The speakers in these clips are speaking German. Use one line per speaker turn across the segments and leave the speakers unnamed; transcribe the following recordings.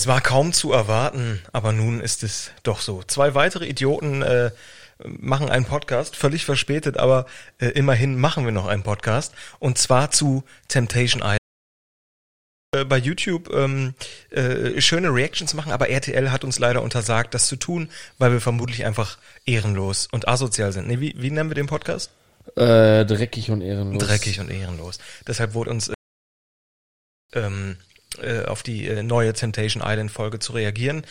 Es war kaum zu erwarten, aber nun ist es doch so. Zwei weitere Idioten äh, machen einen Podcast, völlig verspätet, aber äh, immerhin machen wir noch einen Podcast. Und zwar zu Temptation Island. Äh, Bei YouTube ähm, äh, schöne Reactions machen, aber RTL hat uns leider untersagt, das zu tun, weil wir vermutlich einfach ehrenlos und asozial sind. Nee, wie, wie nennen wir den Podcast?
Äh, dreckig und ehrenlos.
Dreckig und ehrenlos. Deshalb wurde uns äh, ähm, äh, auf die äh, neue Temptation Island Folge zu reagieren.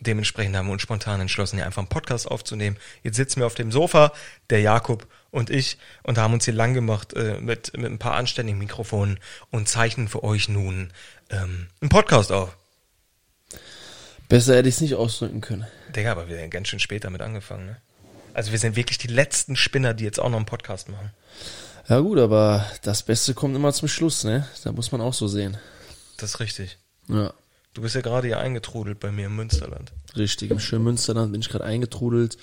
Dementsprechend haben wir uns spontan entschlossen, hier einfach einen Podcast aufzunehmen. Jetzt sitzen wir auf dem Sofa, der Jakob und ich, und haben uns hier lang gemacht äh, mit, mit ein paar anständigen Mikrofonen und zeichnen für euch nun ähm, einen Podcast auf.
Besser hätte ich es nicht ausdrücken können.
Digga, aber wir sind ganz schön spät damit angefangen, ne? Also wir sind wirklich die letzten Spinner, die jetzt auch noch einen Podcast machen.
Ja gut, aber das Beste kommt immer zum Schluss, ne? Da muss man auch so sehen.
Das ist richtig.
Ja.
Du bist ja gerade hier eingetrudelt bei mir im Münsterland.
Richtig, im schönen Münsterland bin ich gerade eingetrudelt.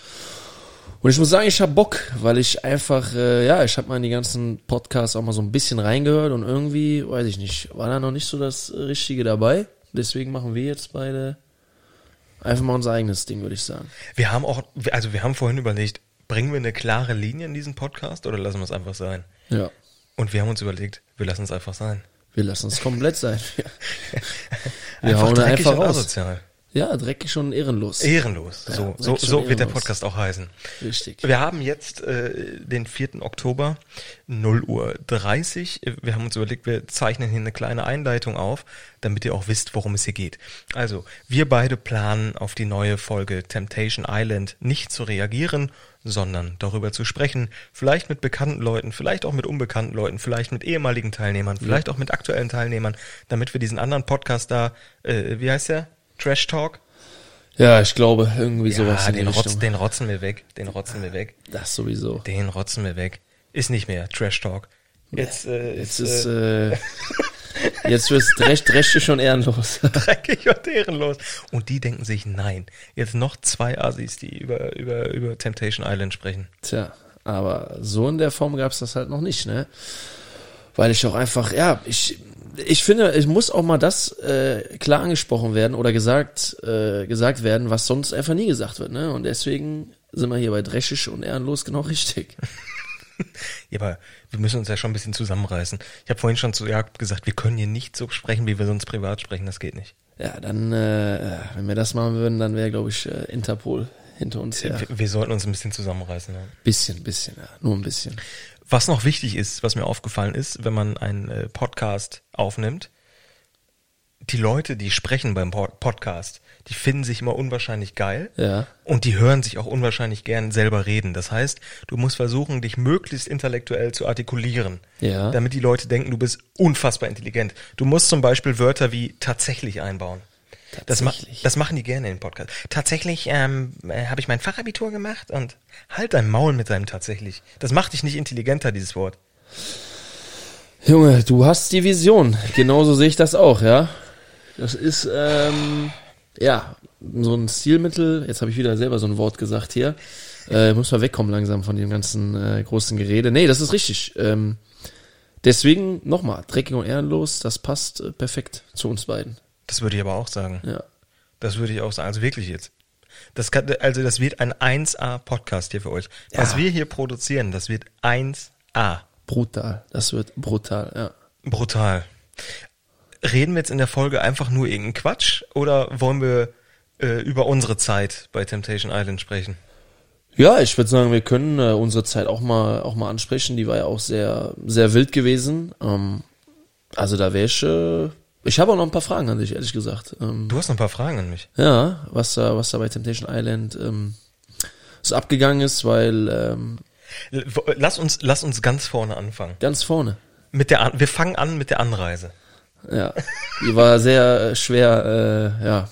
Und ich muss sagen, ich hab Bock, weil ich einfach, äh, ja, ich hab mal in die ganzen Podcasts auch mal so ein bisschen reingehört und irgendwie, weiß ich nicht, war da noch nicht so das Richtige dabei. Deswegen machen wir jetzt beide einfach mal unser eigenes Ding, würde ich sagen.
Wir haben auch, also wir haben vorhin überlegt, bringen wir eine klare Linie in diesen Podcast oder lassen wir es einfach sein?
Ja.
Und wir haben uns überlegt, wir lassen es einfach sein.
Wir lassen es komplett sein. Wir hauen da einfach
und
raus.
asozial.
ja, dreckig und ehrenlos.
Ehrenlos. So, so,
dreckig
so
und
wird der
ehrenlos.
Podcast auch heißen.
Richtig.
Wir haben jetzt äh, den 4. Oktober, 0 Uhr 30. Wir haben uns überlegt, wir zeichnen hier eine kleine Einleitung auf, damit ihr auch wisst, worum es hier geht. Also, wir beide planen auf die neue Folge Temptation Island nicht zu reagieren, sondern darüber zu sprechen. Vielleicht mit bekannten Leuten, vielleicht auch mit unbekannten Leuten, vielleicht mit ehemaligen Teilnehmern, vielleicht auch mit aktuellen Teilnehmern, damit wir diesen anderen Podcast da, äh, wie heißt der? Trash Talk?
Ja, ich glaube, irgendwie sowas
ja,
in die
den, Rotz,
Richtung.
den rotzen wir weg. Den rotzen wir weg.
Das sowieso.
Den rotzen wir weg. Ist nicht mehr Trash Talk. Jetzt, äh, jetzt
Jetzt ist,
ist äh,
äh, jetzt wird's recht, recht schon ehrenlos.
dreckig und ehrenlos. Und die denken sich, nein, jetzt noch zwei Asis, die über, über, über Temptation Island sprechen.
Tja, aber so in der Form gab's das halt noch nicht, ne? Weil ich auch einfach, ja, ich, ich finde, es muss auch mal das äh, klar angesprochen werden oder gesagt, äh, gesagt werden, was sonst einfach nie gesagt wird, ne? Und deswegen sind wir hier bei dreschig und ehrenlos genau richtig.
Ja, aber wir müssen uns ja schon ein bisschen zusammenreißen. Ich habe vorhin schon zu Jakob gesagt, wir können hier nicht so sprechen, wie wir sonst privat sprechen. Das geht nicht.
Ja, dann, äh, wenn wir das machen würden, dann wäre, glaube ich, äh, Interpol hinter uns her.
Wir, wir sollten uns ein bisschen zusammenreißen. Ja.
Bisschen, bisschen, ja, nur ein bisschen.
Was noch wichtig ist, was mir aufgefallen ist, wenn man einen äh, Podcast aufnimmt, die Leute, die sprechen beim Pod Podcast, die finden sich immer unwahrscheinlich geil.
Ja.
Und die hören sich auch unwahrscheinlich gern selber reden. Das heißt, du musst versuchen, dich möglichst intellektuell zu artikulieren.
Ja.
Damit die Leute denken, du bist unfassbar intelligent. Du musst zum Beispiel Wörter wie tatsächlich einbauen. Das, ma
Tatsächlich.
das machen die gerne im Podcast. Tatsächlich ähm, äh, habe ich mein Fachabitur gemacht und halt dein Maul mit deinem tatsächlich. Das macht dich nicht intelligenter, dieses Wort.
Junge, du hast die Vision. Genauso sehe ich das auch, ja. Das ist, ähm, ja, so ein Stilmittel. Jetzt habe ich wieder selber so ein Wort gesagt hier. Äh, muss mal wegkommen langsam von dem ganzen äh, großen Gerede. Nee, das ist richtig. Ähm, deswegen nochmal, dreckig und ehrenlos, das passt äh, perfekt zu uns beiden.
Das würde ich aber auch sagen.
Ja.
Das würde ich auch sagen. Also wirklich jetzt. Das kann, also das wird ein 1A-Podcast hier für euch. Was
Ja.
wir hier produzieren, das wird 1A.
Brutal. Das wird brutal, ja.
Brutal. Reden wir jetzt in der Folge einfach nur irgendeinen Quatsch oder wollen wir äh, über unsere Zeit bei Temptation Island sprechen?
Ja, ich würde sagen, wir können äh, unsere Zeit auch mal auch mal ansprechen. Die war ja auch sehr sehr wild gewesen. Ähm, also da wäre ich. Äh, ich habe auch noch ein paar Fragen an dich, ehrlich gesagt. Ähm,
Du hast noch ein paar Fragen an mich.
ja, was da was da bei Temptation Island ähm, so abgegangen ist, weil ähm,
L- w- Lass uns, lass uns ganz vorne anfangen.
ganz vorne.
Mit der An wir fangen an mit der Anreise.
Ja, die war sehr äh, schwer. Äh, ja,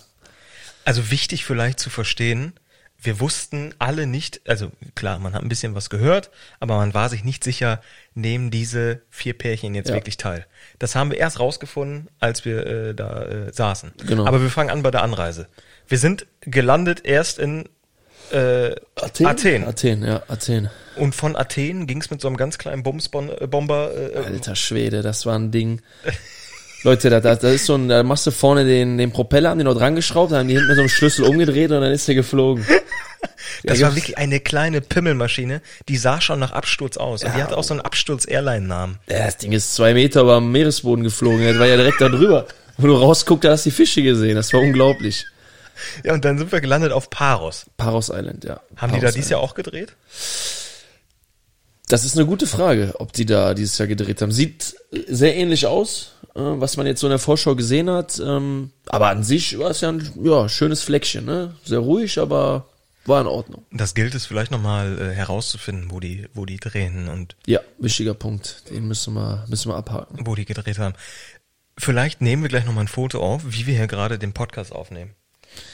Also wichtig vielleicht zu verstehen, wir wussten alle nicht, also klar, man hat ein bisschen was gehört, aber man war sich nicht sicher, nehmen diese vier Pärchen jetzt
Ja.
wirklich teil. Das haben wir erst rausgefunden, als wir äh, da äh, saßen.
Genau.
Aber wir fangen an bei der Anreise. Wir sind gelandet erst in äh, Athen.
Athen, ja, Athen.
Und von Athen ging es mit so einem ganz kleinen Bumsbomber äh,
Alter Schwede, das war ein Ding. Leute, da, da, da ist so ein, da machst du vorne den, den Propeller, haben die noch dran geschraubt, dann haben die hinten mit so einem Schlüssel umgedreht und dann ist der geflogen.
Das
Ja,
war wirklich eine kleine Pimmelmaschine, die sah schon nach Absturz aus. Und die hatte auch so einen Absturz-Airline-Namen.
Ja, Das Ding ist zwei Meter über dem Meeresboden geflogen, das war ja direkt da drüber. Wo du rausguckt, da hast du die Fische gesehen, das war unglaublich.
Ja, und dann sind wir gelandet auf Paros.
Paros Island, ja.
Haben die da dieses
Paros Island.
Jahr auch gedreht?
Das ist eine gute Frage, ob die da dieses Jahr gedreht haben. Sieht sehr ähnlich aus, äh, was man jetzt so in der Vorschau gesehen hat. Ähm, aber an sich war es ja ein ja, schönes Fleckchen, ne? Sehr ruhig, aber war in Ordnung.
Das gilt es vielleicht nochmal äh, herauszufinden, wo die, wo die drehen und
Ja, wichtiger Punkt. Den müssen wir, müssen wir abhaken.
wo die gedreht haben. Vielleicht nehmen wir gleich nochmal ein Foto auf, wie wir hier gerade den Podcast aufnehmen.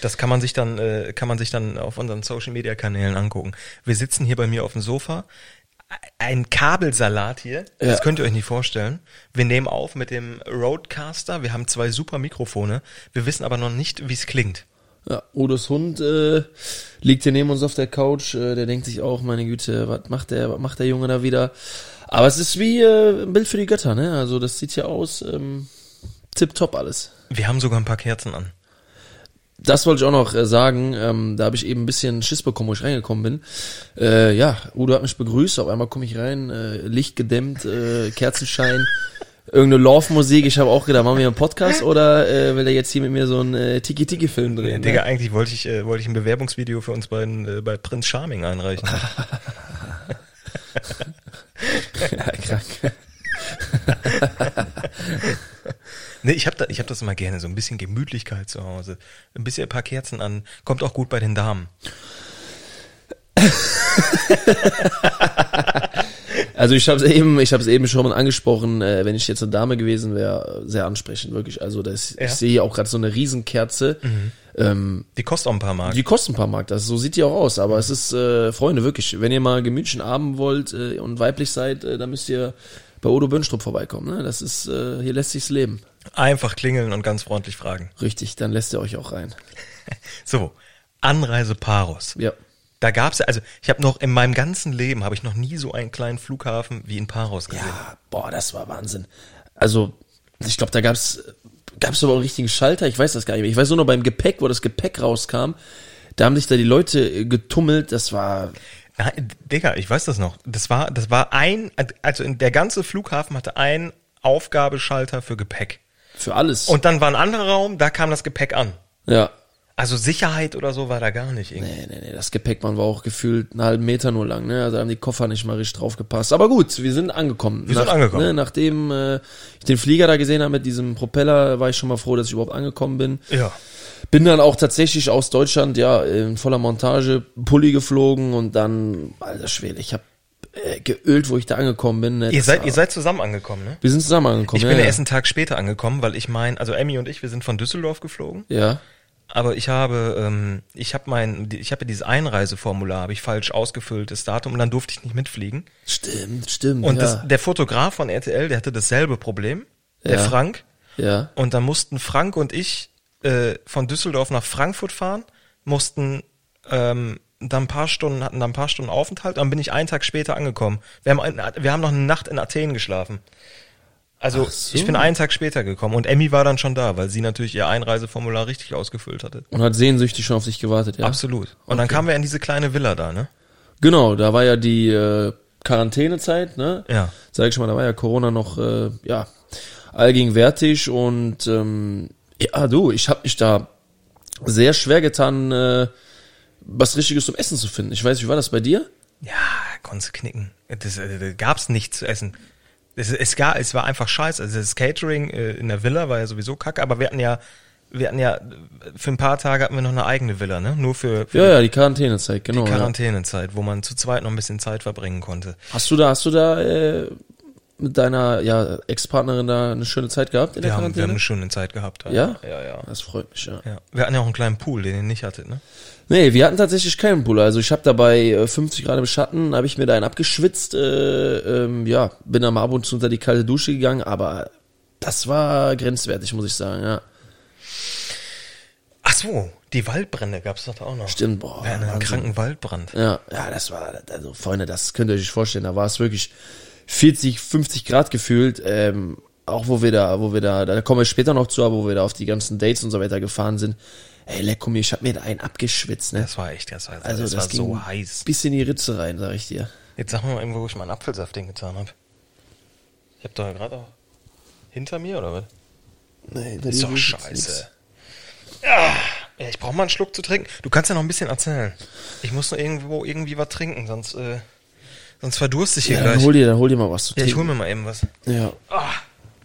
Das kann man sich dann, äh, kann man sich dann auf unseren Social Media Kanälen angucken. Wir sitzen hier bei mir auf dem Sofa. Ein Kabelsalat hier. Das
Ja.
könnt ihr euch nicht vorstellen. Wir nehmen auf mit dem Roadcaster. Wir haben zwei super Mikrofone. Wir wissen aber noch nicht, wie es klingt.
Ja, Odos Hund äh, liegt hier neben uns auf der Couch. Äh, der denkt sich auch, meine Güte, was macht der, was macht der Junge da wieder? Aber es ist wie äh, ein Bild für die Götter, ne? Also das sieht hier aus, ähm, tipptopp alles.
Wir haben sogar ein paar Kerzen an.
Das wollte ich auch noch äh, sagen. Ähm, da habe ich eben ein bisschen Schiss bekommen, wo ich reingekommen bin. Äh, ja, Udo hat mich begrüßt. Auf einmal komme ich rein, äh, Licht gedämmt, äh, Kerzenschein, irgendeine Love-Musik. Ich habe auch gedacht, machen wir einen Podcast oder äh, will er jetzt hier mit mir so einen äh, Tiki-Tiki-Film drehen?
Digga,
ne?
eigentlich wollte ich, äh, wollte ich ein Bewerbungsvideo für uns beiden äh, bei Prinz Charming einreichen.
ja, krank.
Nee, ich habe da, ich hab das immer gerne, so ein bisschen Gemütlichkeit zu Hause. Ein bisschen ein paar Kerzen an. Kommt auch gut bei den Damen.
Also ich habe es eben, ich habe es eben schon mal angesprochen. Äh, wenn ich jetzt eine Dame gewesen wäre, sehr ansprechend wirklich. Also das,
Ja. Mhm.
ich sehe hier auch gerade so eine Riesenkerze. Ähm,
Die kostet auch ein paar Mark.
Die kosten ein paar Mark, das, so sieht die auch aus. Aber es ist, äh, Freunde, wirklich, wenn ihr mal gemütlichen Abend wollt äh, und weiblich seid, äh, dann müsst ihr bei Odo Bönstrup vorbeikommen. Ne? Das ist, äh, hier lässt sich's leben.
Einfach klingeln und ganz freundlich fragen.
Richtig, dann lässt ihr euch auch rein.
So, Anreise Paros.
Ja.
Da gab's ja, also ich habe noch in meinem ganzen Leben habe ich noch nie so einen kleinen Flughafen wie in Paros gesehen.
Ah, boah, das war Wahnsinn. Also, ich glaube, da gab's, gab's aber auch einen richtigen Schalter, ich weiß das gar nicht mehr. Ich weiß nur noch beim Gepäck, wo das Gepäck rauskam, da haben sich da die Leute äh, getummelt, das war,
Nein, Digga, ich weiß das noch. Das war, das war ein, also in, der ganze Flughafen hatte einen Aufgabeschalter für Gepäck.
für alles.
Und dann war ein anderer Raum, da kam das Gepäck an.
ja.
Also Sicherheit oder so war da gar nicht. Irgendwie.
Nee, nee, nee, das Gepäckband war auch gefühlt einen halben Meter nur lang, ne? Also haben die Koffer nicht mal richtig drauf gepasst. Aber gut, wir sind angekommen. Wir
sind angekommen.
Ne, nachdem äh, ich den Flieger da gesehen habe mit diesem Propeller, war ich schon mal froh, dass ich überhaupt angekommen bin.
Ja.
Bin dann auch tatsächlich aus Deutschland, ja, in voller Montage, Pulli geflogen und dann, alter Schwede, ich habe äh, geölt, wo ich da angekommen bin. Ne?
Ihr
Das
seid,
war-
ihr seid zusammen angekommen, ne?
wir sind zusammen angekommen.
Ich
ja,
bin
ja.
erst einen Tag später angekommen, weil ich mein, also Emmy und ich, wir sind von Düsseldorf geflogen,
Ja,
aber ich habe, ähm, ich habe mein, ich habe dieses Einreiseformular, habe ich falsch ausgefüllt, das Datum, und dann durfte ich nicht mitfliegen.
stimmt, stimmt.
Und
ja.
das, der Fotograf von RTL, der hatte dasselbe Problem, der
Ja.
Frank,
ja.
und dann mussten Frank und ich äh, von Düsseldorf nach Frankfurt fahren, mussten ähm, dann ein paar Stunden, hatten dann ein paar Stunden Aufenthalt, dann bin ich einen Tag später angekommen. Wir haben, ein, wir haben noch eine Nacht in Athen geschlafen. Also
Ach so.
ich bin einen Tag später gekommen und Emmy war dann schon da, weil sie natürlich ihr Einreiseformular richtig ausgefüllt hatte.
Und hat sehnsüchtig schon auf dich gewartet, ja.
Absolut. Und dann kamen wir in diese kleine Villa da, ne?
Genau, da war ja die äh, Quarantänezeit, ne?
Ja.
Sag ich schon mal, da war ja Corona noch äh, ja allgegenwärtig und ähm, ja, du, ich habe mich da sehr schwer getan, äh, was Richtiges zum Essen zu finden. Ich weiß, wie war das bei dir?
Ja, konntest du knicken. Das, äh, da gab's nichts zu essen. Es, es, gab, es war einfach scheiße. Also das Catering äh, in der Villa war ja sowieso kacke, aber wir hatten ja, wir hatten ja, äh, für ein paar Tage hatten wir noch eine eigene Villa, ne? Nur für, für
Ja, ja, die Quarantänezeit, genau.
die Quarantänezeit, wo man zu zweit noch ein bisschen Zeit verbringen konnte.
ja. Hast du da, hast du da äh, mit deiner ja, Ex-Partnerin da eine schöne Zeit gehabt in der
Wir haben, wir haben
Quarantäne?
eine schöne Zeit gehabt.
Ja?
Ja, ja.
das freut mich, ja.
ja. Wir hatten ja auch einen kleinen Pool, den ihr nicht hattet, ne?
Nee, wir hatten tatsächlich keinen Pulli. Also ich habe da bei äh, 50 Grad im Schatten, habe ich mir da einen abgeschwitzt. Äh, ähm, ja, bin dann mal ab und zu unter die kalte Dusche gegangen, aber das war grenzwertig, muss ich sagen. Ja,
Ach so, die Waldbrände gab's doch da auch noch.
stimmt. Boah,
Wir hatten einen
Wahnsinn.
kranken Waldbrand.
ja, ja, das war, also Freunde, das könnt ihr euch nicht vorstellen. Da war es wirklich 40, 50 Grad gefühlt. Ähm, auch wo wir da, wo wir da, da kommen wir später noch zu, aber wo wir da auf die ganzen Dates und so weiter gefahren sind, ey, leck mir, ich hab mir da einen abgeschwitzt, ne?
Das war echt, das war,
Also das,
war
ging
so heiß.
Bis in die Ritze rein, sag ich dir.
Jetzt sag mir mal eben, wo ich meinen Apfelsaft hingetan habe. Ich habe doch gerade auch hinter mir, oder was?
Nee,
Ist doch scheiße. Ah, Ja, ich brauche mal einen Schluck zu trinken. Du kannst ja noch ein bisschen erzählen. Ich muss noch irgendwo irgendwie was trinken, sonst, äh, sonst verdurste ich hier
Ja, dann
gleich.
hol dir, dann hol dir mal was zu
ja, ich hol
trinken.
mir mal eben was.
ja.
Ah,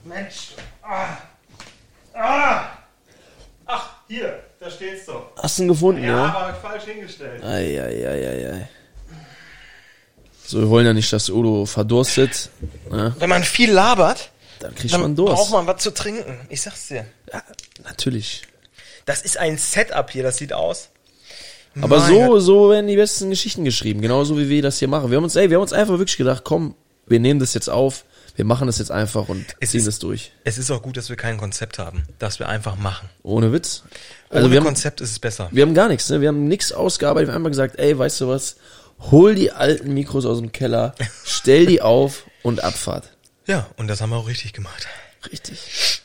Mensch. Ah. Ah. Ach, hier, da steht's doch.
Hast du ihn gefunden, ja?
aber falsch hingestellt.
Ei, ei, ei, ei, ei. So, wir wollen ja nicht, dass Udo verdurstet. Ne?
Wenn man viel labert,
Dann kriegt
dann
man Durst.
braucht man was zu trinken. Ich sag's dir.
Ja, natürlich.
Das ist ein Setup hier, das sieht aus.
Aber
Meine
so, so werden die besten Geschichten geschrieben, genauso wie wir das hier machen. Wir haben uns, ey, wir haben uns einfach wirklich gedacht, komm, wir nehmen das jetzt auf, wir machen das jetzt einfach und
Es
ziehen
ist-
das durch.
Es ist auch gut, dass wir kein Konzept haben, dass wir einfach machen.
Ohne Witz. Also
Ohne
wir haben,
Konzept ist es besser.
wir haben gar nichts, ne? Wir haben nichts ausgearbeitet, wir haben einfach gesagt, ey, weißt du was? Hol die alten Mikros aus dem Keller, stell die auf und Abfahrt.
Ja, und das haben wir auch richtig gemacht.
Richtig.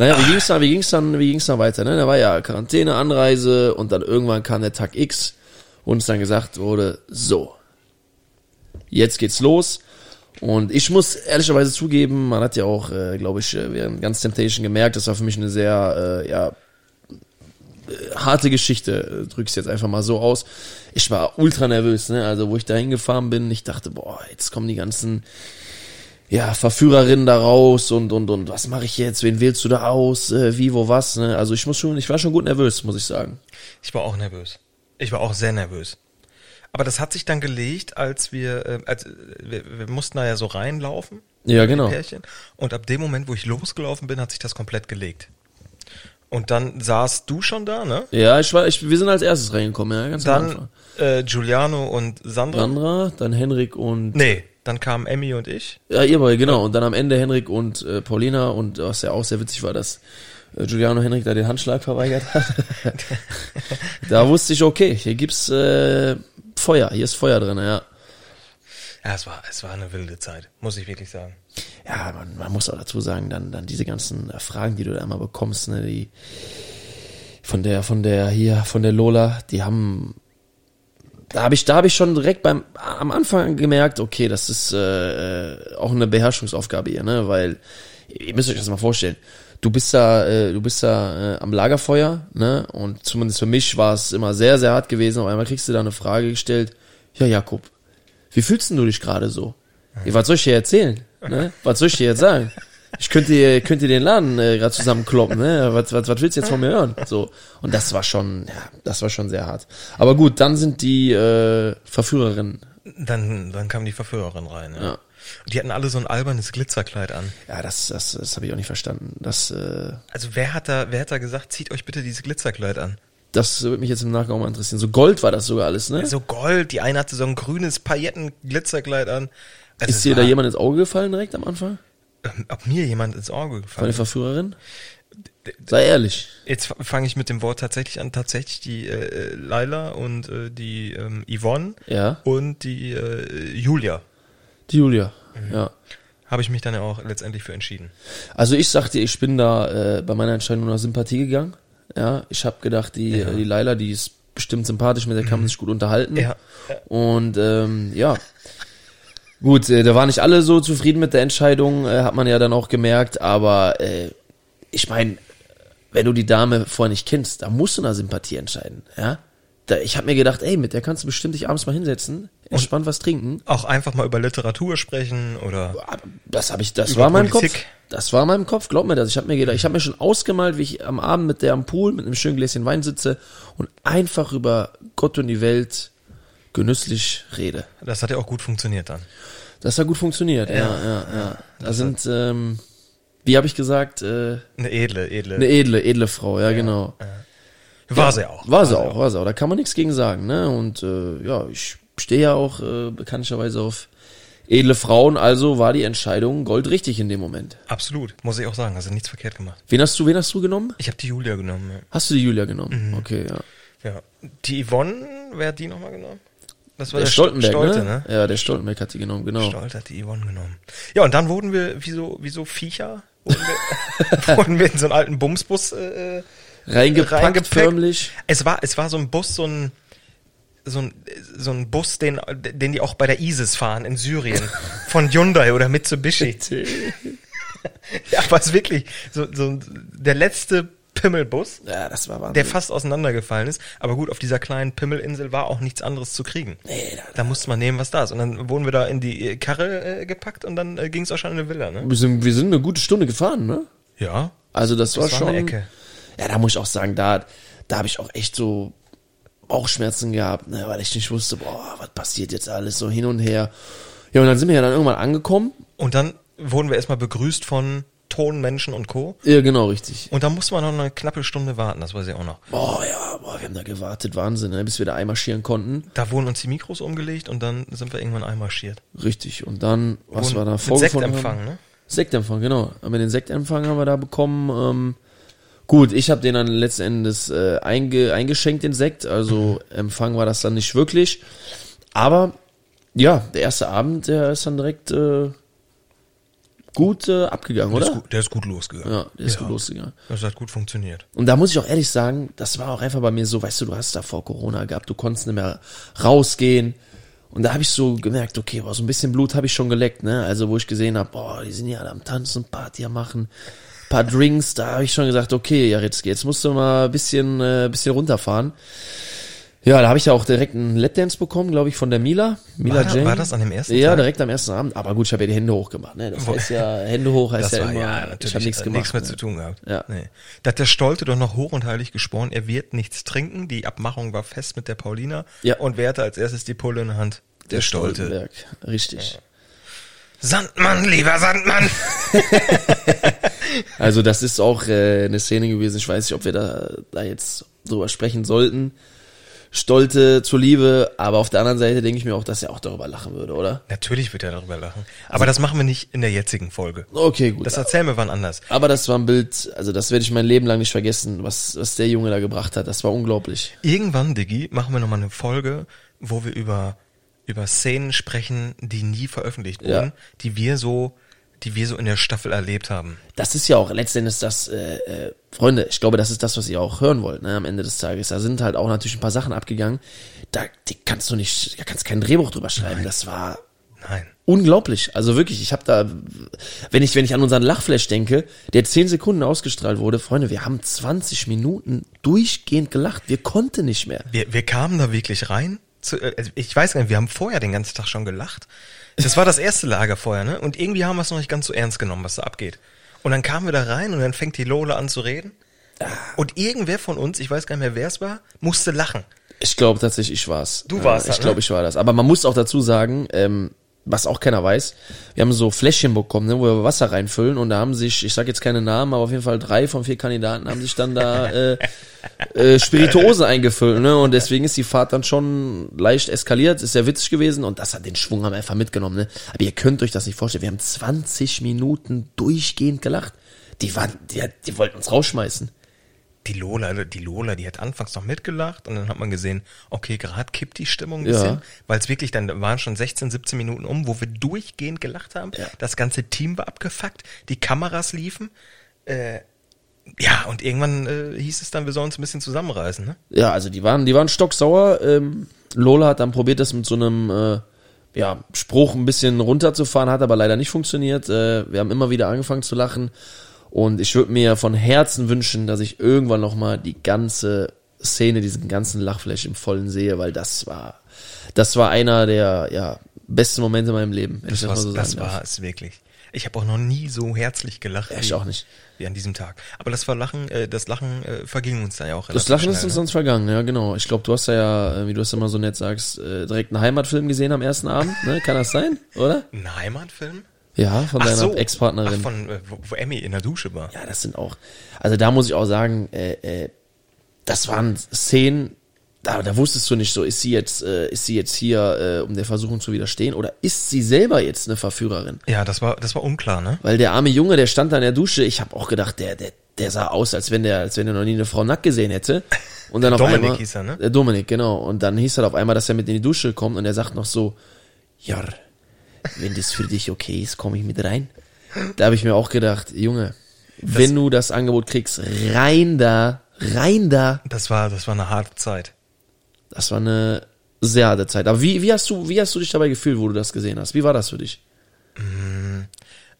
Naja, wie ging's dann, wie ging's dann, wie ging's dann weiter, ne? Da war ja Quarantäne, Anreise und dann irgendwann kam der Tag X, wo uns dann gesagt wurde, so, jetzt geht's los. Und ich muss ehrlicherweise zugeben, man hat ja auch, äh, glaube ich, äh, während ganz Temptation gemerkt, das war für mich eine sehr, äh, ja, äh, harte Geschichte, äh, drück's jetzt einfach mal so aus. Ich war ultra nervös, ne? Also, wo ich da hingefahren bin, ich dachte, boah, jetzt kommen die ganzen ja, Verführerinnen da raus und und und was mache ich jetzt? Wen wählst du da aus? Äh, wie, wo, was? Ne? Also ich muss schon, ich war schon gut nervös, muss ich sagen.
Ich war auch nervös. Ich war auch sehr nervös. Aber das hat sich dann gelegt, als wir, äh, als, äh, wir, wir mussten da ja so reinlaufen.
Ja,
die
genau.
Pärchen. Und ab dem Moment, wo ich losgelaufen bin, hat sich das komplett gelegt. Und dann saßt du schon da, ne?
Ja, ich war, ich, wir sind als erstes reingekommen, ja, ganz am Anfang.
Dann äh, Giuliano und Sandra.
Sandra, dann Henrik und
Nee, dann kamen Emmy und ich.
ja, ihr beide, genau. Und dann am Ende Henrik und äh, Paulina und was ja auch sehr witzig war, dass äh, Giuliano Henrik da den Handschlag verweigert hat. da wusste ich, okay, hier gibt's äh, Feuer, hier ist Feuer drin, ja.
Ja, es war, es war eine wilde Zeit, muss ich wirklich sagen.
ja, man, man muss auch dazu sagen, dann, dann diese ganzen äh, Fragen, die du da immer bekommst, ne, die von der, von der hier, von der Lola, die haben. Da habe ich, da habe ich schon direkt beim am Anfang gemerkt, okay, das ist äh, auch eine Beherrschungsaufgabe hier, ne? Weil ihr müsst euch das mal vorstellen. Du bist da, äh, du bist da äh, am Lagerfeuer, ne? Und zumindest für mich war es immer sehr, sehr hart gewesen. Auf einmal kriegst du da eine Frage gestellt, ja, Jakob, wie fühlst denn du dich gerade so? Ja, Was soll ich dir erzählen? Ne? Was soll ich dir jetzt sagen? Ich könnte dir, könnte dir den Laden äh, gerade zusammenkloppen, ne? Was, was, was willst du jetzt von mir hören? So. Und das war schon, ja, das war schon sehr hart. Aber gut, dann sind die äh, Verführerinnen.
Dann, dann kam die Verführerin rein. Ja.
Ja.
Und die hatten alle so ein albernes Glitzerkleid an.
Ja, das, das, das habe ich auch nicht verstanden. Das, äh,
Also wer hat da, wer hat da gesagt, zieht euch bitte dieses Glitzerkleid an?
das würde mich jetzt im Nachgang auch mal interessieren. So Gold war das sogar alles, ne?
So Also Gold, die eine hatte so ein grünes Pailletten-Glitzerkleid an. Also es
Ist dir da
war-
jemand ins Auge gefallen direkt am Anfang?
Ähm, Ob mir jemand ins Auge
Von
gefallen
der Verführerin? Sei ehrlich.
Jetzt fange ich mit dem Wort tatsächlich an. Tatsächlich die äh, äh, Laila und äh, die ähm, Yvonne
Ja.
und die äh, Julia
Die Julia. Ja.
habe ich mich dann ja auch letztendlich für entschieden.
Also ich sagte, ich bin da äh, bei meiner Entscheidung nach Sympathie gegangen. Ja, ich habe gedacht, die, die Laila, die ist bestimmt sympathisch, mit der kann man sich gut unterhalten.
Ja.
Und ähm, ja. Gut, äh, da waren nicht alle so zufrieden mit der Entscheidung, äh, hat man ja dann auch gemerkt, aber äh, ich meine, wenn du die Dame vorher nicht kennst, da musst du nach Sympathie entscheiden, ja? Da, ich habe mir gedacht, ey, mit der kannst du bestimmt dich abends mal hinsetzen, entspannt was trinken.
Auch einfach mal über Literatur sprechen oder
Aber Das habe ich, das
Über
war in meinem
Politik.
Kopf. Das war in meinem Kopf, glaub mir das. Ich habe mir gedacht, ich habe mir schon ausgemalt, wie ich am Abend mit der am Pool mit einem schönen Gläschen Wein sitze und einfach über Gott und die Welt genüsslich rede.
das hat ja auch gut funktioniert dann.
Das hat gut funktioniert. Ja, ja, ja. Da sind, ähm, wie habe ich gesagt, äh,
Eine edle, edle.
eine e- edle, edle Frau. Ja, genau.
War sie auch.
War sie auch, war sie auch. Da kann man nichts gegen sagen, ne? Und äh, ja, ich stehe ja auch äh, bekanntlicherweise auf edle Frauen. Also war die Entscheidung goldrichtig in dem Moment.
Absolut, muss ich auch sagen. Also nichts verkehrt gemacht.
Wen hast du, wen hast du genommen?
Ich habe die Julia genommen.
Hast du die Julia
Mhm.
genommen? Okay, ja.
Ja. ja. Die Yvonne, wer hat die nochmal genommen? Das war
Der,
St-
Stoltenberg,
Stolte,
ne? Ja, der Stoltenberg hat die genommen, genau.
Stolt hat die Yvonne genommen. Ja, und dann wurden wir wie so, wie so Viecher, wurden wir, wurden wir in so einen alten Bumsbus äh,
Reingepackt,
Reingepackt.
förmlich.
Es war, es war so ein Bus, so ein, so ein, so ein Bus, den, den die auch bei der ISIS fahren in Syrien. Von Hyundai oder Mitsubishi. Ja, aber es ist wirklich so, so der letzte Pimmelbus,
Ja, das war Wahnsinn.
der fast auseinandergefallen ist. Aber gut, auf dieser kleinen Pimmelinsel war auch nichts anderes zu kriegen.
Nee, da-
Da musste man nehmen, was da ist. Und dann wurden wir da in die äh, Karre äh, gepackt und dann äh, ging es auch schon in eine Villa, ne?
wir, sind, wir sind eine gute Stunde gefahren, ne?
Ja.
Also das, war,
war
schon.
eine Ecke.
Ja, da muss ich auch sagen, da, da habe ich auch echt so Bauchschmerzen gehabt, ne, weil ich nicht wusste, boah, was passiert jetzt alles so hin und her. Ja, und dann sind wir ja dann irgendwann angekommen.
Und dann wurden wir erstmal begrüßt von Tonmenschen und Co.
Ja, genau, richtig.
Und dann musste man noch eine knappe Stunde warten, das weiß ich auch noch.
Boah, ja, boah, wir haben da gewartet, Wahnsinn, ne, bis wir da einmarschieren konnten.
Da wurden uns die Mikros umgelegt und dann sind wir irgendwann einmarschiert.
Richtig. Und dann, was
Wurden
war da
mit
vorgefunden?
Sektempfang,
haben?
ne?
Sektempfang, genau. Haben wir den Sektempfang haben wir da bekommen. Ähm, gut, ich habe den dann letzten Endes äh, einge eingeschenkt, den Sekt. Also Empfang war das dann nicht wirklich. Aber ja, der erste Abend, der ist dann direkt äh, gut äh, abgegangen,
Der ist,
oder?
gut, der ist gut losgegangen.
Ja, der ist gut losgegangen.
Das hat gut funktioniert.
Und da muss ich auch ehrlich sagen, das war auch einfach bei mir so, weißt du, du hast da vor Corona gehabt, du konntest nicht mehr rausgehen. Und da habe ich so gemerkt, okay, boah, so ein bisschen Blut habe ich schon geleckt, ne? Also wo ich gesehen habe, boah, die sind ja alle am Tanzen, Party am machen, paar Drinks, da habe ich schon gesagt, okay, ja, jetzt, jetzt musst du mal ein bisschen, äh, bisschen runterfahren. Ja, da habe ich ja auch direkt einen Lapdance bekommen, glaube ich, von der Mila. Mila
War da-
Jane.
war das an dem ersten
Ja,
Tag?
direkt am ersten Abend. Aber gut, ich habe ja die Hände hochgemacht, ne? Das heißt ja, Hände hoch heißt ja immer, ich habe nichts
hat
gemacht.
äh, nichts mehr
ne?
zu tun gehabt.
Ja.
Nee. Da hat der Stolte doch noch hoch und heilig geschworen, er wird nichts trinken. Die Abmachung war fest mit der Paulina.
Ja.
Und wer hatte als erstes die Pulle in der Hand? Der, Stolte.
Stoltenberg, Richtig.
Sandmann, lieber Sandmann!
Also das ist auch äh, eine Szene gewesen. Ich weiß nicht, ob wir da, da jetzt drüber sprechen sollten. Stolte zur Liebe, aber auf der anderen Seite denke ich mir auch, dass er auch darüber lachen würde, oder?
Natürlich wird er darüber lachen.
Also
Aber das machen wir nicht in der jetzigen Folge.
Okay, gut.
Das erzählen wir wann anders.
aber das war ein Bild, also das werde ich mein Leben lang nicht vergessen, was, was der Junge da gebracht hat. Das war unglaublich.
Irgendwann, Diggi, machen wir nochmal eine Folge, wo wir über, über Szenen sprechen, die nie veröffentlicht wurden,
Ja.
die wir so, die wir so in der Staffel erlebt haben.
Das ist ja auch letztendlich das, äh, äh, Freunde, ich glaube, das ist das, was ihr auch hören wollt, ne, am Ende des Tages. Da sind halt auch natürlich ein paar Sachen abgegangen. Da die kannst du nicht, da kannst kein Drehbuch drüber schreiben. Das war
Nein.
Unglaublich, also wirklich, ich habe da, wenn ich, wenn ich an unseren Lachflash denke, der 10 Sekunden ausgestrahlt wurde, Freunde, wir haben 20 Minuten durchgehend gelacht, wir konnten nicht mehr.
Wir, wir kamen da wirklich rein. Zu, äh, also ich weiß gar nicht, wir haben vorher den ganzen Tag schon gelacht. Das war das erste Lagerfeuer, ne? Und irgendwie haben wir es noch nicht ganz so ernst genommen, was da abgeht. Und dann kamen wir da rein und dann fängt die Lola an zu reden. Und irgendwer von uns, ich weiß gar nicht mehr, wer es war, musste lachen.
Ich glaube tatsächlich, ich war's. Äh,
Du warst
Ich
das, ne?
glaube, ich war das. Aber man muss auch dazu sagen, ähm, was auch keiner weiß, wir haben so Fläschchen bekommen, ne, wo wir Wasser reinfüllen und da haben sich, ich sag jetzt keine Namen, aber auf jeden Fall drei von vier Kandidaten haben sich dann da äh, äh, Spirituosen eingefüllt. Ne? Und deswegen ist die Fahrt dann schon leicht eskaliert, ist sehr witzig gewesen und das hat den Schwung haben wir einfach mitgenommen. Ne? Aber ihr könnt euch das nicht vorstellen, wir haben 20 Minuten durchgehend gelacht. Die, waren, die, die wollten uns rausschmeißen.
Die Lola, also die Lola, die hat anfangs noch mitgelacht und dann hat man gesehen, okay, gerade kippt die Stimmung ein
Ja.
bisschen, weil es wirklich, dann waren schon 16, 17 Minuten um, wo wir durchgehend gelacht haben.
Ja.
Das ganze Team war abgefuckt, die Kameras liefen. Äh, ja, und irgendwann äh, hieß es dann, wir sollen uns ein bisschen zusammenreißen. Ne?
Ja, also die waren, die waren stocksauer. Ähm, Lola hat dann probiert, das mit so einem äh, ja, Spruch ein bisschen runterzufahren, hat aber leider nicht funktioniert. Äh, wir haben immer wieder angefangen zu lachen. Und ich würde mir von Herzen wünschen, dass ich irgendwann nochmal die ganze Szene, diesen ganzen Lachflash im Vollen sehe, weil das war, das war einer der ja, besten Momente in meinem Leben, wenn ich das mal
Das,
so sagen
das
darf.
war es wirklich. Ich habe auch noch nie so herzlich gelacht
Ich auch nicht.
wie an diesem Tag. Aber das Verlachen, äh, das Lachen äh, verging uns da ja auch relativ
Das Lachen ist
schnell,
uns
ne?
sonst vergangen, ja genau. Ich glaube, du hast ja, äh, wie du es immer so nett sagst, äh, direkt einen Heimatfilm gesehen am ersten Abend, ne? Kann das sein, oder?
Ein Heimatfilm?
Ja, von deiner Ex-Partnerin.
Ach, von, äh, wo, wo Emmy in der Dusche war.
ja, das sind auch. Also da muss ich auch sagen, äh, äh, das waren Szenen, da, da wusstest du nicht so, ist sie jetzt, äh, ist sie jetzt hier, äh, um der Versuchung zu widerstehen, oder ist sie selber jetzt eine Verführerin?
Ja, das war, das war unklar, ne?
Weil der arme Junge, der stand da in der Dusche, ich habe auch gedacht, der, der, der sah aus, als wenn der, als wenn er noch nie eine Frau nackt gesehen hätte. Und dann auf
Dominik
einmal,
hieß er, ne?
Der Dominik, genau. Und dann hieß er auf einmal, dass er mit in die Dusche kommt und er sagt noch so, ja, wenn das für dich okay ist, komme ich mit rein. Da habe ich mir auch gedacht, Junge, wenn du das Angebot kriegst, rein da, rein da.
Das war, das war eine harte Zeit.
Das war eine sehr harte Zeit. Aber wie, wie, hast du, wie hast du dich dabei gefühlt, wo du das gesehen hast? Wie war das für dich?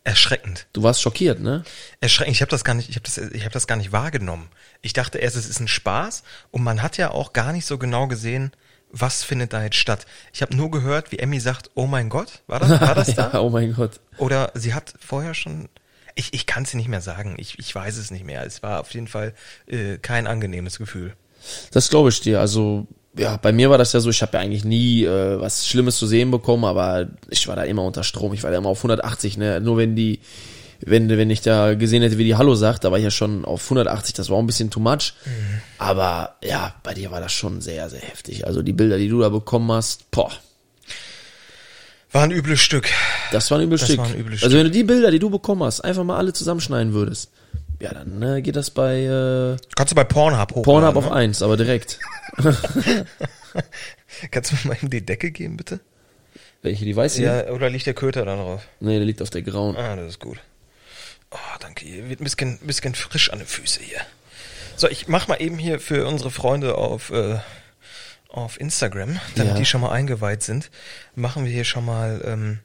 Erschreckend.
Du warst schockiert, ne?
Erschreckend. Ich habe das gar nicht, ich habe das, ich habe das gar nicht wahrgenommen. Ich dachte erst, es ist ein Spaß und man hat ja auch gar nicht so genau gesehen, was findet da jetzt statt. Ich habe nur gehört, wie Emmy sagt: "Oh mein Gott, war das, war das da?"
ja, oh mein Gott.
Oder sie hat vorher schon. Ich, ich kann es nicht mehr sagen. Ich, ich weiß es nicht mehr. Es war auf jeden Fall äh, kein angenehmes Gefühl.
Das glaube ich dir. Also, ja, bei mir war das ja so, ich habe ja eigentlich nie äh, was Schlimmes zu sehen bekommen, aber ich war da immer unter Strom. Ich war da immer auf 180, ne? Nur wenn die, wenn, wenn ich da gesehen hätte, wie die Hallo sagt, da war ich ja schon auf 180, das war auch ein bisschen too much.
Mhm.
Aber ja, bei dir war das schon sehr, sehr heftig. Also die Bilder, die du da bekommen hast, boah,
War ein übles Stück.
das war ein übles
Das
Stück.
war ein übles
also wenn du die Bilder, die du bekommen hast, einfach mal alle zusammenschneiden würdest, ja, dann ne, geht das bei äh,
Kannst du bei Pornhub hochladen?
Pornhub auf
ne?
eins, aber direkt.
Kannst du mir mal eben die Decke geben, bitte?
Welche, die weiße?
Ja, oder liegt der Köter dann drauf?
Nee, der liegt auf der grauen.
Ah, das ist gut. Oh, danke. Hier wird ein bisschen, bisschen frisch an den Füßen hier. So, ich mach mal eben hier für unsere Freunde auf, äh, auf Instagram, damit
Ja.
die schon mal eingeweiht sind, machen wir hier schon mal, ähm,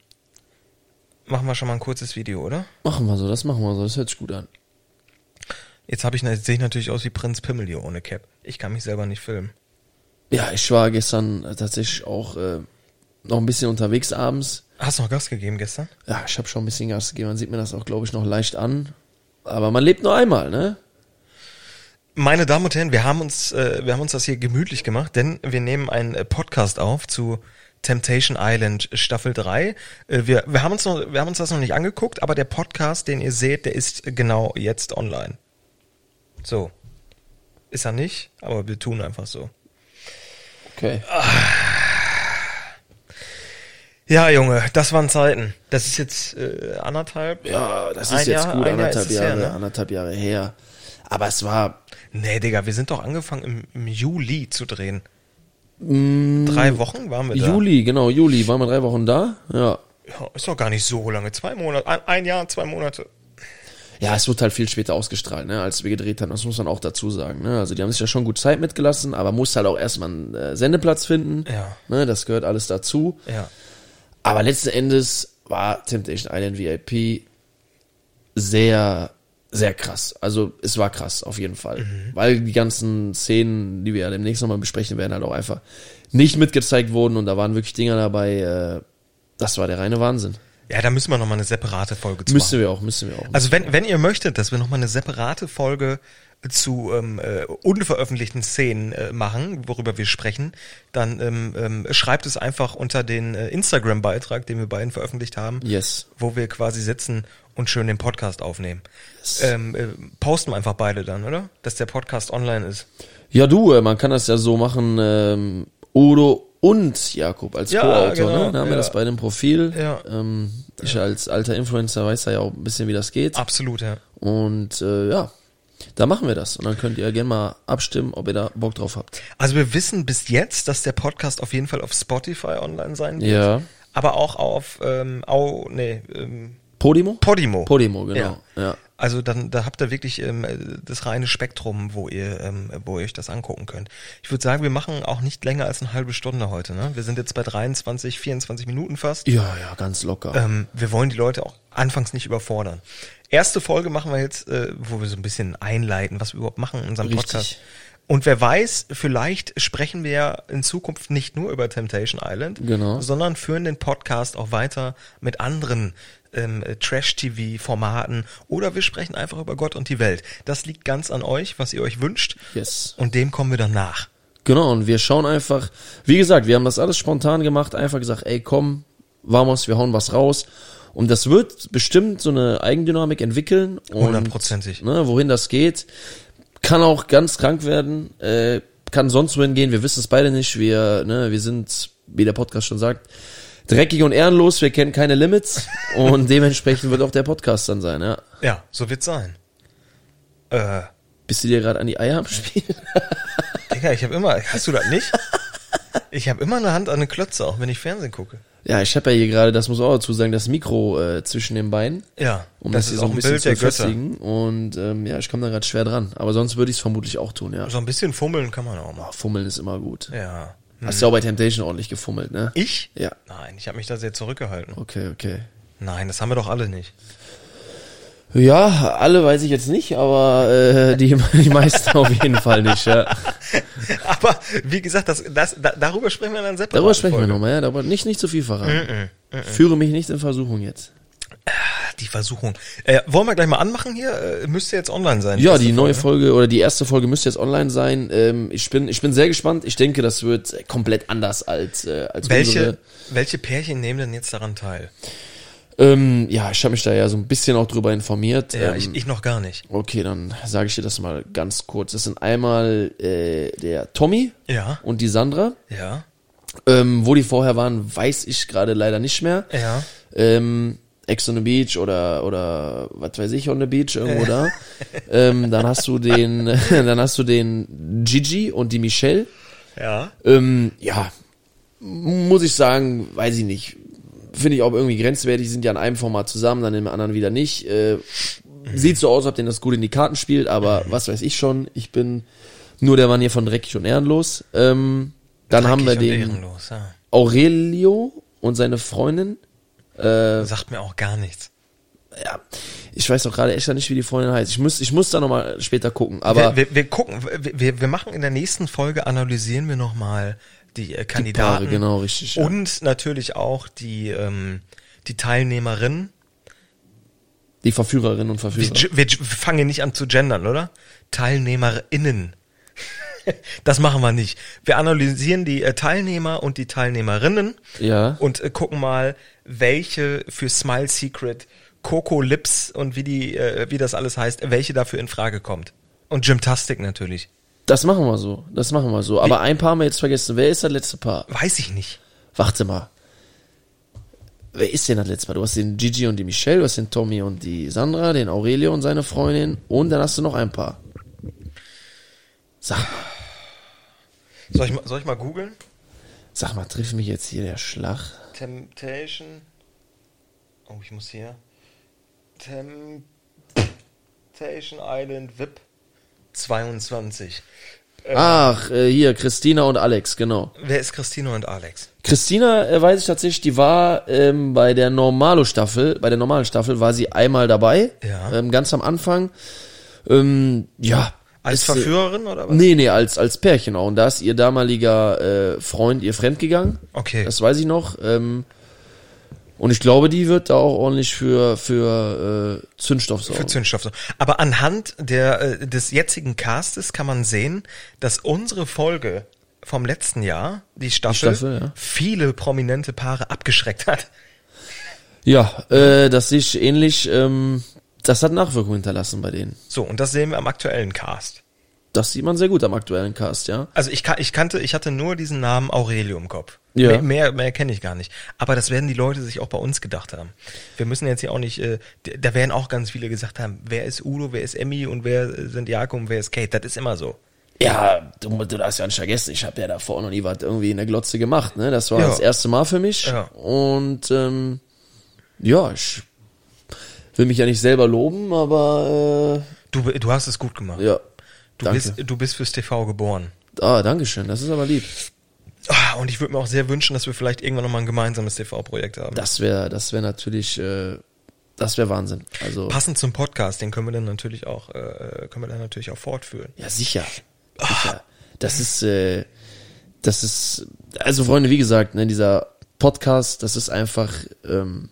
machen wir schon mal ein kurzes Video, oder?
Machen wir so, das machen wir so, das hört sich gut an.
Jetzt habe ich, jetzt sehe ich natürlich aus wie Prinz Pimmel hier ohne Cap. Ich kann mich selber nicht filmen.
Ja, ich war gestern äh, tatsächlich auch äh, noch ein bisschen unterwegs abends.
Hast du noch Gas gegeben gestern?
Ja, ich habe schon ein bisschen Gas gegeben, man sieht mir das auch, glaube ich, noch leicht an. Aber man lebt nur einmal, ne?
Meine Damen und Herren, wir haben uns, äh, wir haben uns das hier gemütlich gemacht, denn wir nehmen einen äh, Podcast auf zu Temptation Island Staffel 3. Äh, wir, wir, haben uns noch, wir haben uns das noch nicht angeguckt, aber der Podcast, den ihr seht, der ist genau jetzt online. So. Ist er nicht, aber wir tun einfach so.
Okay.
Ja, Junge, das waren Zeiten. Das ist jetzt äh, anderthalb.
Ja, das
Ein
ist jetzt
Jahr-
gut,
ein Jahr
anderthalb
ist es
Jahre,
her, ne?
anderthalb Jahre her. Aber es war,
Nee, Digga, wir sind doch angefangen im, im Juli zu drehen. Drei Wochen waren wir da.
Mm. Juli, genau, Juli, waren wir drei Wochen da? Ja.
Ja, ist doch gar nicht so lange. Zwei Monate, ein, ein Jahr, zwei Monate.
Ja, es wird halt viel später ausgestrahlt, ne, als wir gedreht haben. Das muss man auch dazu sagen. Ne? Also die haben sich ja schon gut Zeit mitgelassen, aber muss halt auch erstmal einen äh, Sendeplatz finden.
Ja.
Ne? Das gehört alles dazu.
Ja.
Aber letzten Endes war Temptation Island VIP sehr, sehr krass. Also es war krass, auf jeden Fall.
Mhm.
Weil die ganzen Szenen, die wir ja demnächst nochmal besprechen werden, halt auch einfach nicht mitgezeigt wurden und da waren wirklich Dinger dabei, äh, das war der reine Wahnsinn.
Ja, da müssen wir nochmal eine separate Folge zu machen.
Müssen wir auch, müssen wir auch.
Also wenn, wenn ihr möchtet, dass wir nochmal eine separate Folge zu ähm, äh, unveröffentlichten Szenen äh, machen, worüber wir sprechen, dann ähm, ähm, schreibt es einfach unter den äh, Instagram-Beitrag, den wir beiden veröffentlicht haben,
yes.
wo wir quasi sitzen und schön den Podcast aufnehmen. Ähm, äh, posten wir einfach beide dann, oder? Dass der Podcast online ist.
Ja, du, äh, man kann das ja so machen, ähm, Udo und Jakob als
Ja,
Co-Autor,
genau,
ne? Da haben
ja.
wir das bei dem Profil.
Ja.
Ähm, ich als alter Influencer weiß da ja auch ein bisschen, wie das geht.
Absolut, ja.
Und äh, ja, da machen wir das. Und dann könnt ihr gerne mal abstimmen, ob ihr da Bock drauf habt.
Also wir wissen bis jetzt, dass der Podcast auf jeden Fall auf Spotify online sein wird.
Ja.
Aber auch auf ähm, au, nee, ähm,
Podimo?
Podimo.
Podimo, genau. Ja.
Also dann da habt ihr wirklich ähm, äh, das reine Spektrum, wo ihr, ähm, wo ihr euch das angucken könnt. Ich würde sagen, wir machen auch nicht länger als eine halbe Stunde heute. Ne? Wir sind jetzt bei 23, 24 Minuten fast.
Ja, ja, ganz locker.
Ähm, wir wollen die Leute auch anfangs nicht überfordern. Erste Folge machen wir jetzt, äh, wo wir so ein bisschen einleiten, was wir überhaupt machen in unserem
Richtig.
Podcast. Und wer weiß, vielleicht sprechen wir ja in Zukunft nicht nur über Temptation Island,
Genau.
sondern führen den Podcast auch weiter mit anderen ähm, äh, Trash-TV-Formaten oder wir sprechen einfach über Gott und die Welt. Das liegt ganz an euch, was ihr euch wünscht.
Yes.
Und dem kommen wir dann nach.
Genau, und wir schauen einfach, wie gesagt, wir haben das alles spontan gemacht, einfach gesagt, ey, komm, vamos, wir hauen was raus. Und das wird bestimmt so eine Eigendynamik entwickeln. und,
Hundertprozentig.
Ne, wohin das geht, kann auch ganz krank werden, äh, kann sonst wohin gehen, wir wissen es beide nicht. Wir, ne, wir sind, wie der Podcast schon sagt, dreckig und ehrenlos, wir kennen keine Limits. und dementsprechend wird auch der Podcast dann sein, ja.
Ja, so wird's sein. Äh,
Bist du dir gerade an die Eier am Spiel?
Digga, ich habe immer, hast du das nicht? Ich habe immer eine Hand an den Klötze, auch wenn ich Fernsehen gucke.
Ja, ich habe ja hier gerade, das muss man auch dazu sagen, das Mikro äh, zwischen den Beinen.
Ja,
Um das, hier so ein bisschen zu festigen. Und ähm, ja, ich komme da gerade schwer dran. Aber sonst würde ich es vermutlich auch tun, ja.
So ein bisschen fummeln kann man auch mal.
Boah, Fummeln ist immer gut.
Ja.
Hast du auch bei Temptation ordentlich gefummelt, ne?
Ich?
Ja.
Nein, ich habe mich da sehr zurückgehalten.
Okay, okay.
Nein, das haben wir doch alle nicht.
Ja, alle weiß ich jetzt nicht, aber äh, die, die meisten auf jeden Fall nicht, ja.
Aber wie gesagt, das, das, da, darüber sprechen wir dann separat.
Darüber sprechen wir nochmal, ja. Darüber nicht, nicht zu viel verraten. Führe mich nicht in Versuchung jetzt.
Die Versuchung. Äh, wollen wir gleich mal anmachen hier? Äh, müsste jetzt online sein.
Ja,
erste
die neue
Folge.
Folge oder die erste Folge müsste jetzt online sein. Ähm, ich, bin, ich bin sehr gespannt. Ich denke, das wird komplett anders als, äh, als unsere.
Welche, welche Pärchen nehmen denn jetzt daran teil?
Ähm, ja, ich habe mich da ja so ein bisschen auch drüber informiert.
Ja,
ähm,
ich, ich noch gar nicht.
Okay, dann sage ich dir das mal ganz kurz. Das sind einmal äh, der Tommy
Ja,
und die Sandra.
ja,
Ähm, wo die vorher waren, weiß ich gerade leider nicht mehr.
ja.
Ähm, Ex on the Beach oder oder was weiß ich on the Beach irgendwo da. ähm, dann hast du den, dann hast du den Gigi und die Michelle.
Ja.
Ähm, ja, muss ich sagen, weiß ich nicht. Finde ich auch irgendwie grenzwertig, sind ja in einem Format zusammen, dann im anderen wieder nicht. Äh, sieht so aus, als ob denen das gut in die Karten spielt,
Mhm.
aber was weiß ich schon. Ich bin nur der Mann hier von dreckig und ehrenlos. Ähm, dann haben wir
Dreckig und
den
Ehrenlos, ja.
Aurelio und seine Freundin. Äh,
Sagt mir auch gar nichts.
Ja, ich weiß doch gerade echt nicht, wie die Freundin heißt. Ich muss, ich muss da nochmal später gucken, aber
wir, wir, wir gucken, wir, wir- wir machen in der nächsten Folge, analysieren wir nochmal die äh, Kandidaten.
Paare, genau, richtig. Ja.
Und natürlich auch die, ähm, die Teilnehmerinnen.
Die Verführerin und
Wir,
Verführer.
wir fangen nicht an zu gendern, oder? TeilnehmerInnen. Das machen wir nicht. Wir analysieren die äh, Teilnehmer und die Teilnehmerinnen
Ja.
und äh, gucken mal, welche für Smile Secret, Coco Lips und wie die, äh, wie das alles heißt, welche dafür in Frage kommt. Und Gymtastic natürlich.
Das machen wir so. Das machen wir so. Aber ein Paar haben wir jetzt vergessen. Wer ist das letzte Paar?
Weiß ich nicht.
Warte mal. Wer ist denn das letzte Mal? Du hast den Gigi und die Michelle, du hast den Tommy und die Sandra, den Aurelio und seine Freundin und dann hast du noch ein paar. Sag mal,
Soll ich, mal- soll ich mal googeln?
sag mal, trifft mich jetzt hier der Schlag?
Temptation. Oh, ich muss hier. Temptation Island VIP 22.
Ach, äh, hier, Christina und Alex, genau.
Wer ist Christine und Alex?
Christina, äh, weiß ich tatsächlich, die war ähm, bei der Normalo-Staffel, bei der normalen Staffel war sie einmal dabei,
Ja.
ähm, ganz am Anfang. Ähm, ja.
Als
ist, äh,
Verführerin oder was?
Nee, nee, als, als Pärchen auch. Und da ist ihr damaliger äh, Freund ihr fremdgegangen.
Okay.
Das weiß ich noch. Ähm, und ich glaube, die wird da auch ordentlich für, für äh, Zündstoff sorgen.
Für Zündstoff. Aber anhand der, äh, des jetzigen Castes kann man sehen, dass unsere Folge vom letzten Jahr, die Staffel,
Staffel, ja.
viele prominente Paare abgeschreckt hat.
ja, äh, das sehe ich ähnlich. Ähm, das hat Nachwirkungen hinterlassen bei denen.
So, und das sehen wir am aktuellen Cast.
Das sieht man sehr gut am aktuellen Cast, ja.
Also ich, kan- ich kannte, ich hatte nur diesen Namen Aurelio im Kopf.
Ja.
Mehr, mehr, mehr kenne ich gar nicht. Aber das werden die Leute sich auch bei uns gedacht haben. Wir müssen jetzt hier auch nicht, äh, d- da werden auch ganz viele gesagt haben, wer ist Udo, wer ist Emmy und wer äh, sind Jakob und wer ist Kate. Das ist immer so.
Ja, du, du darfst ja nicht vergessen, ich habe ja davor noch nie was irgendwie in der Glotze gemacht, ne? Das war
Ja.
das erste Mal für mich.
Ja.
Und ähm, ja, ich will mich ja nicht selber loben, aber
Du, du hast es gut gemacht.
äh, ja.
du,
danke.
bist, du bist fürs TV geboren.
Ah, Dankeschön, das ist aber lieb.
Ah, Und ich würde mir auch sehr wünschen, dass wir vielleicht irgendwann nochmal ein gemeinsames TV-Projekt haben.
Das wäre, das wäre natürlich, äh, das wäre Wahnsinn. Also
Passend zum Podcast, den können wir dann natürlich auch, äh, können wir dann natürlich auch fortführen.
ja sicher.
Ah.
sicher. Das ist, äh, das ist, also Freunde, wie gesagt, ne, dieser Podcast, das ist einfach, ähm,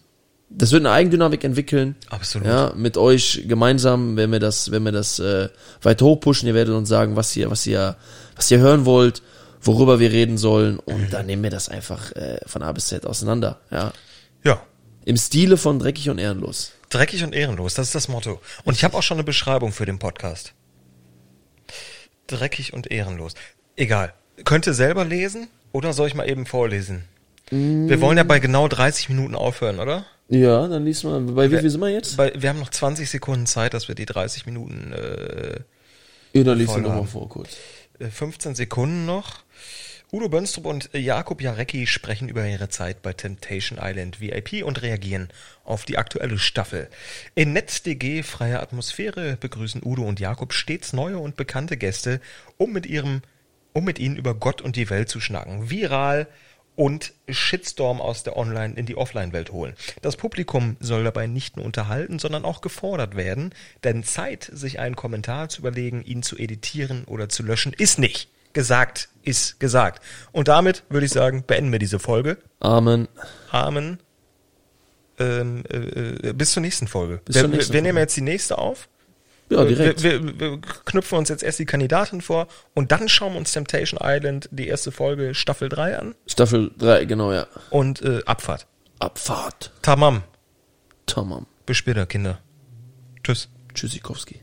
das wird eine Eigendynamik entwickeln.
Absolut.
Ja, mit euch gemeinsam, wenn wir das, wenn wir das äh, weiter hochpushen, ihr werdet uns sagen, was ihr, was ihr, was ihr hören wollt, worüber wir reden sollen,
Mhm.
und dann nehmen wir das einfach äh, von A bis Z auseinander. Ja,
ja.
im Stile von dreckig und ehrenlos.
Dreckig und ehrenlos, das ist das Motto. Und ich habe auch schon eine Beschreibung für den Podcast. Dreckig und ehrenlos. Egal. Könnt ihr selber lesen oder soll ich mal eben vorlesen? Wir wollen ja bei genau 30 Minuten aufhören, oder?
Ja, dann liest man. Bei wie
viel
sind wir jetzt?
Weil wir haben noch 20 Sekunden Zeit, dass wir die 30 Minuten, äh,
Ja, dann liest
Voll
du nochmal
haben.
vor kurz.
äh, 15 Sekunden noch. Udo Bönstrup und Jakub Jarecki sprechen über ihre Zeit bei Temptation Island VIP und reagieren auf die aktuelle Staffel. In NetzDG Freie Atmosphäre begrüßen Udo und Jakub stets neue und bekannte Gäste, um mit ihrem, um mit ihnen über Gott und die Welt zu schnacken. Viral und Shitstorm aus der Online in die Offline-Welt holen. Das Publikum soll dabei nicht nur unterhalten, sondern auch gefordert werden, denn Zeit, sich einen Kommentar zu überlegen, ihn zu editieren oder zu löschen, ist nicht. Gesagt ist gesagt. Und damit würde ich sagen, beenden wir diese Folge.
Amen.
Amen. Ähm, äh, äh, bis zur nächsten Folge.
Bis
wir,
zur nächsten
wir, wir
Folge.
nehmen jetzt die nächste auf.
Ja, direkt.
Äh, Wir, wir, wir knüpfen uns jetzt erst die Kandidatin vor und dann schauen wir uns Temptation Island die erste Folge Staffel 3 an
Staffel 3, genau, ja.
und äh, Abfahrt.
Abfahrt.
Tamam.
Tamam.
Bis später, Kinder. Tschüss.
Tschüssikowski.